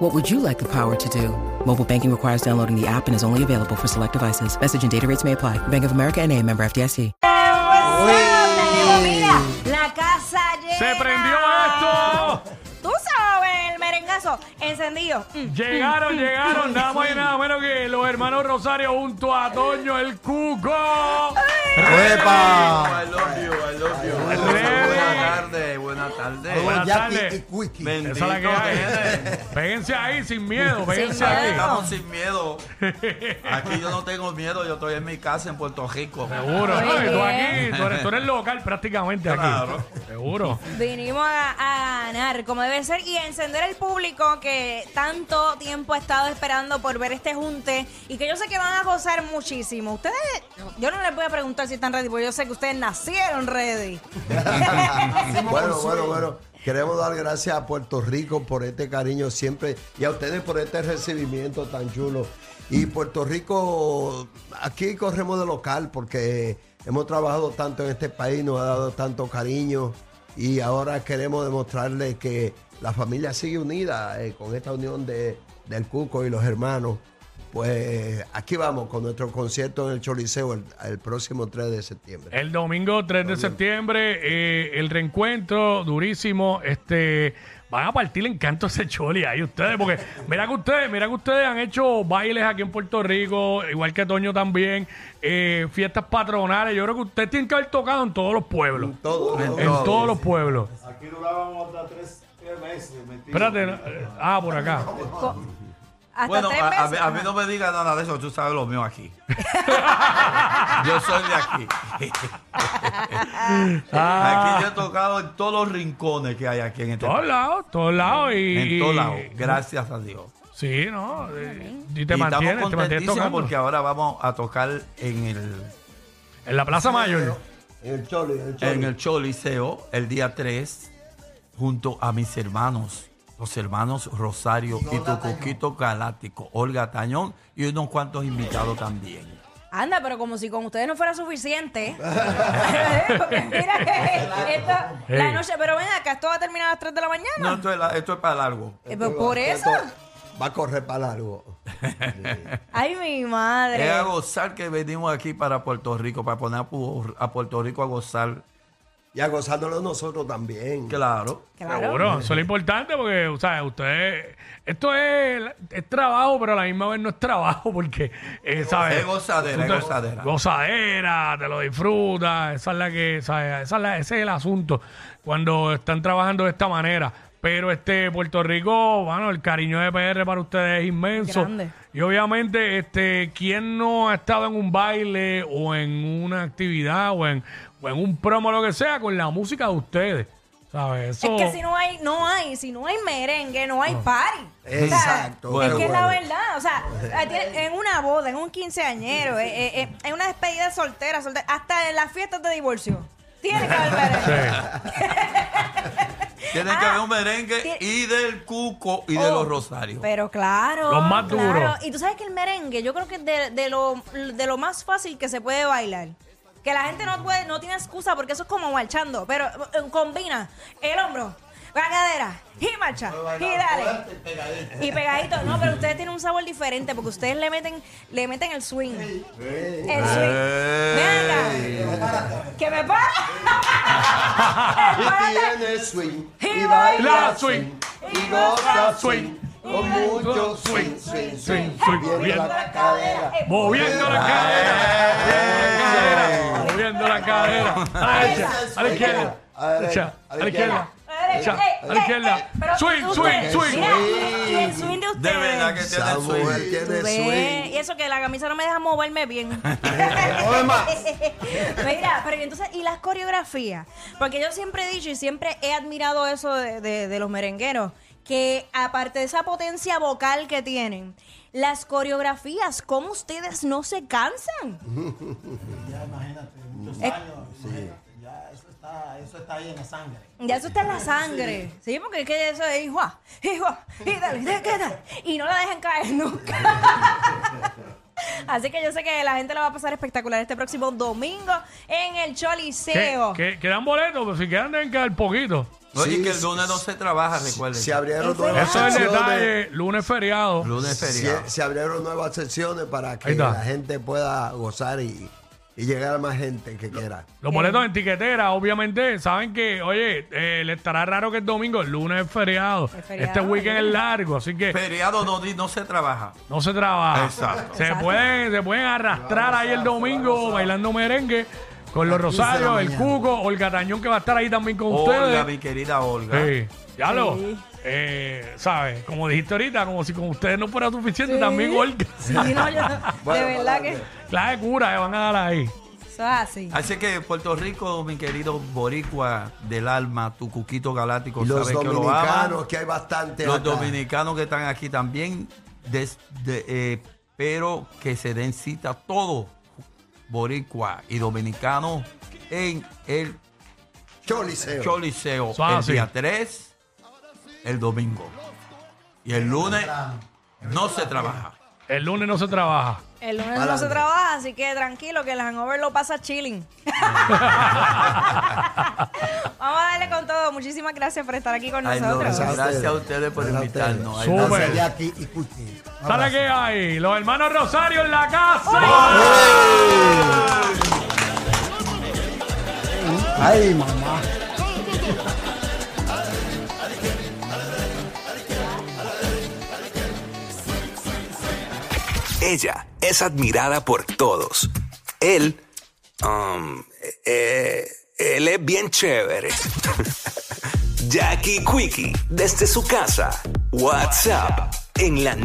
What would you like the power to do? Mobile banking requires downloading the app and is only available for select devices. Message and data rates may apply. Bank of America and a member FDIC. Tenemos, mira, la casa llena. ¡Se prendió esto! Tú sabes, el merengazo encendido. Mm. Llegaron, llegaron, nada más y nada menos que los hermanos Rosario junto a Toño el Cuco. ¡Epa! I love you, I love you. Buenas Ready. tardes, buenas tardes. Buenas Jackie tardes. y Quickie. Bendito Esa es la que hay. eres. Péguense ahí sin miedo, péguense miedo. ahí. Estamos sin miedo. Aquí yo no tengo miedo, yo estoy en mi casa en Puerto Rico. Seguro, ¿no? Muy Y tú bien. aquí, tú eres, tú eres local prácticamente aquí. Claro. Seguro. Vinimos a, a ganar, como debe ser, y a encender el público que tanto tiempo ha estado esperando por ver este junte y que yo sé que van a gozar muchísimo. Ustedes, yo no les voy a preguntar si están ready, porque yo sé que ustedes nacieron ready. Bueno, bueno, bueno. Queremos dar gracias a Puerto Rico por este cariño siempre y a ustedes por este recibimiento tan chulo. Y Puerto Rico, aquí corremos de local porque hemos trabajado tanto en este país, nos ha dado tanto cariño y ahora queremos demostrarles que la familia sigue unida eh, con esta unión de, del Cuco y los hermanos. Pues aquí vamos con nuestro concierto en el Choliseo el, el próximo 3 de septiembre. El domingo 3 de septiembre, eh, el reencuentro durísimo. Este, van a partir el encanto ese choli ahí ustedes, porque mira que ustedes, mira que ustedes han hecho bailes aquí en Puerto Rico, igual que Toño también, eh, fiestas patronales. Yo creo que ustedes tienen que haber tocado en todos los pueblos. Todo, todo. En todos los pueblos. Aquí durábamos hasta tres tres meses. metidos. Espérate, no, eh, ah, por acá. Hasta Bueno, tres a, a mí- meses. a mí no me digas nada de eso, tú sabes lo mío aquí. yo soy de aquí. Ah. Aquí yo he tocado en todos los rincones que hay aquí en este Todos país. lados, todos lados. Y, En todos lados, gracias a Dios. Sí, ¿no? eh, Y te mantienes, y estamos te mantienes contentísimos tocando. porque ahora vamos a tocar en el En la Plaza Mayor. En el Choli, en el Choli. en el Choliseo el día 3 junto a mis hermanos, los hermanos Rosario y tu coquito galáctico, Olga Tañón y unos cuantos invitados también. Anda, pero como si con ustedes no fuera suficiente. Porque mira, que esto, la Hey. noche, pero ven acá, esto va a terminar a las 3 de la mañana. No, esto es, la- esto es para largo. Eh, pues, por eso. Va a correr para largo. Ay, mi Es madre. a gozar que venimos aquí para Puerto Rico, para poner a, Pu- a Puerto Rico a gozar. Y a gozándolo nosotros también. Claro. Claro. Seguro, eso es lo importante porque, o sea, ustedes, esto es, es trabajo, pero a la misma vez no es trabajo porque, eh, ¿sabes? Es gozadera, es Ustedes- gozadera. Gozadera, te lo disfrutas, esa es la que, ¿sabes? Esa es la- ese es el asunto cuando están trabajando de esta manera. Pero este Puerto Rico, bueno, el cariño de PR para ustedes es inmenso. Grande. Y obviamente, este, ¿quién no ha estado en un baile o en una actividad o en, o en un promo, lo que sea, con la música de ustedes? ¿Sabes? Eso- Es que si no hay, no hay, si no hay merengue, no hay party. Exacto. Es Bueno, que es la bueno. verdad, o sea, eh, tiene- en una boda, en un quinceañero, eh, eh, eh, en una despedida soltera, soltera, hasta en las fiestas de divorcio. Tiene que haber Sí. merengue. Tiene que Ah, haber un merengue tiene- y del cuco y de Oh, los rosarios. Pero claro. Los más claro. duros. Y tú sabes que el merengue, yo creo que es de, de lo, de lo más fácil que se puede bailar. Que la gente no puede, no tiene excusa porque eso es como marchando. Pero eh, combina el hombro, la cadera y marcha. Y dale. Y pegadito. No, pero ustedes tienen un sabor diferente porque ustedes le meten, le meten el swing. El Eh. swing. ¡Ey! Ven acá. Que me para. El párate. Y tiene swing. Y Y baila baila swing. swing, Y goza swing, swing. Con mucho swing, swing, swing. swing, Moviendo la cadera. Eh, Moviendo la cadera. Moviendo la cadera. Moviendo la cadera. A la derecha, a la izquierda. A la derecha, a la izquierda. A la derecha, a la izquierda. eh, Pero Swing, swing, ustedes, swing. mira, y el swing de De ustedes. verdad que tiene Esa el swing. mujer tiene Ve, swing. y eso que la camisa no me deja moverme bien. Mira, pero y entonces, y las coreografías. Porque yo siempre he dicho y siempre he admirado eso de, de- de los merengueros. Que aparte de esa potencia vocal que tienen, las coreografías, ¿cómo ustedes no se cansan? muchos años. imagínate, Ya eso está, eso está ahí en la sangre. Ya eso está en la sangre. Sí, porque es que eso es hijo, hijo, y dale, y dale, y dale. Y no la dejan caer nunca. Así que yo sé que la gente la va a pasar espectacular este próximo domingo en el ¿Qué, Choliseo. qué- quedan boletos, pero si quedan deben quedar poquito. Oye, Sí, que el sí, lunes no se trabaja, recuerden. Se abrieron Eso nuevas Eso es el secciones. detalle, lunes feriado. lunes feriado. Se, se abrieron nuevas secciones para Ahí que está. la gente pueda gozar y, y llegar a más gente que quiera. Los boletos en tiquetera, obviamente, saben que, oye, eh, le estará raro que el domingo, el lunes es feriado. Es feriado, Este weekend sí. es largo, así que Feriado no, di- no se trabaja. no se trabaja. Exacto. Se Exacto. pueden, se pueden arrastrar ahí el domingo bailando merengue con los Las 15 de la Rosarios, el mañana. Cuco, Olga Tañón que va a estar ahí también con Olga, ustedes. mi querida Olga. Sí, ya lo, Sí. eh, ¿sabes? Como dijiste ahorita, como si con ustedes no fuera suficiente, también Olga. Sí, no, yo- Bueno, de verdad que adelante. eso La de cura, eh, van a dar ahí. es así. Así que Puerto Rico, mi querido boricua del alma, tu cuquito galáctico, Y los sabes que lo aman. dominicanos, que hay bastante. Los acá. dominicanos que están aquí también, des- de- eh, pero que se den cita todo boricua y dominicano en el Choliseo. Choliseo Suave, el sí. día 3, el domingo. Y el lunes no se trabaja. El lunes no se trabaja. El lunes no Adelante. se trabaja, así que tranquilo, que el hangover lo pasa chilling. Vamos a darle con todo. Muchísimas gracias por estar aquí con Ay, no, nosotros. gracias, a ustedes por Gracias a ustedes. invitarnos. Ay, Súper. Gracias, gracias. Jackie y Cuti. Un ¿Sabes abrazo. qué hay? Los hermanos Rosario en la casa. Ay, mamá. Ella es admirada por todos. Él, um, eh, él es bien chévere. Jackie Quickie, desde su casa. WhatsApp, en la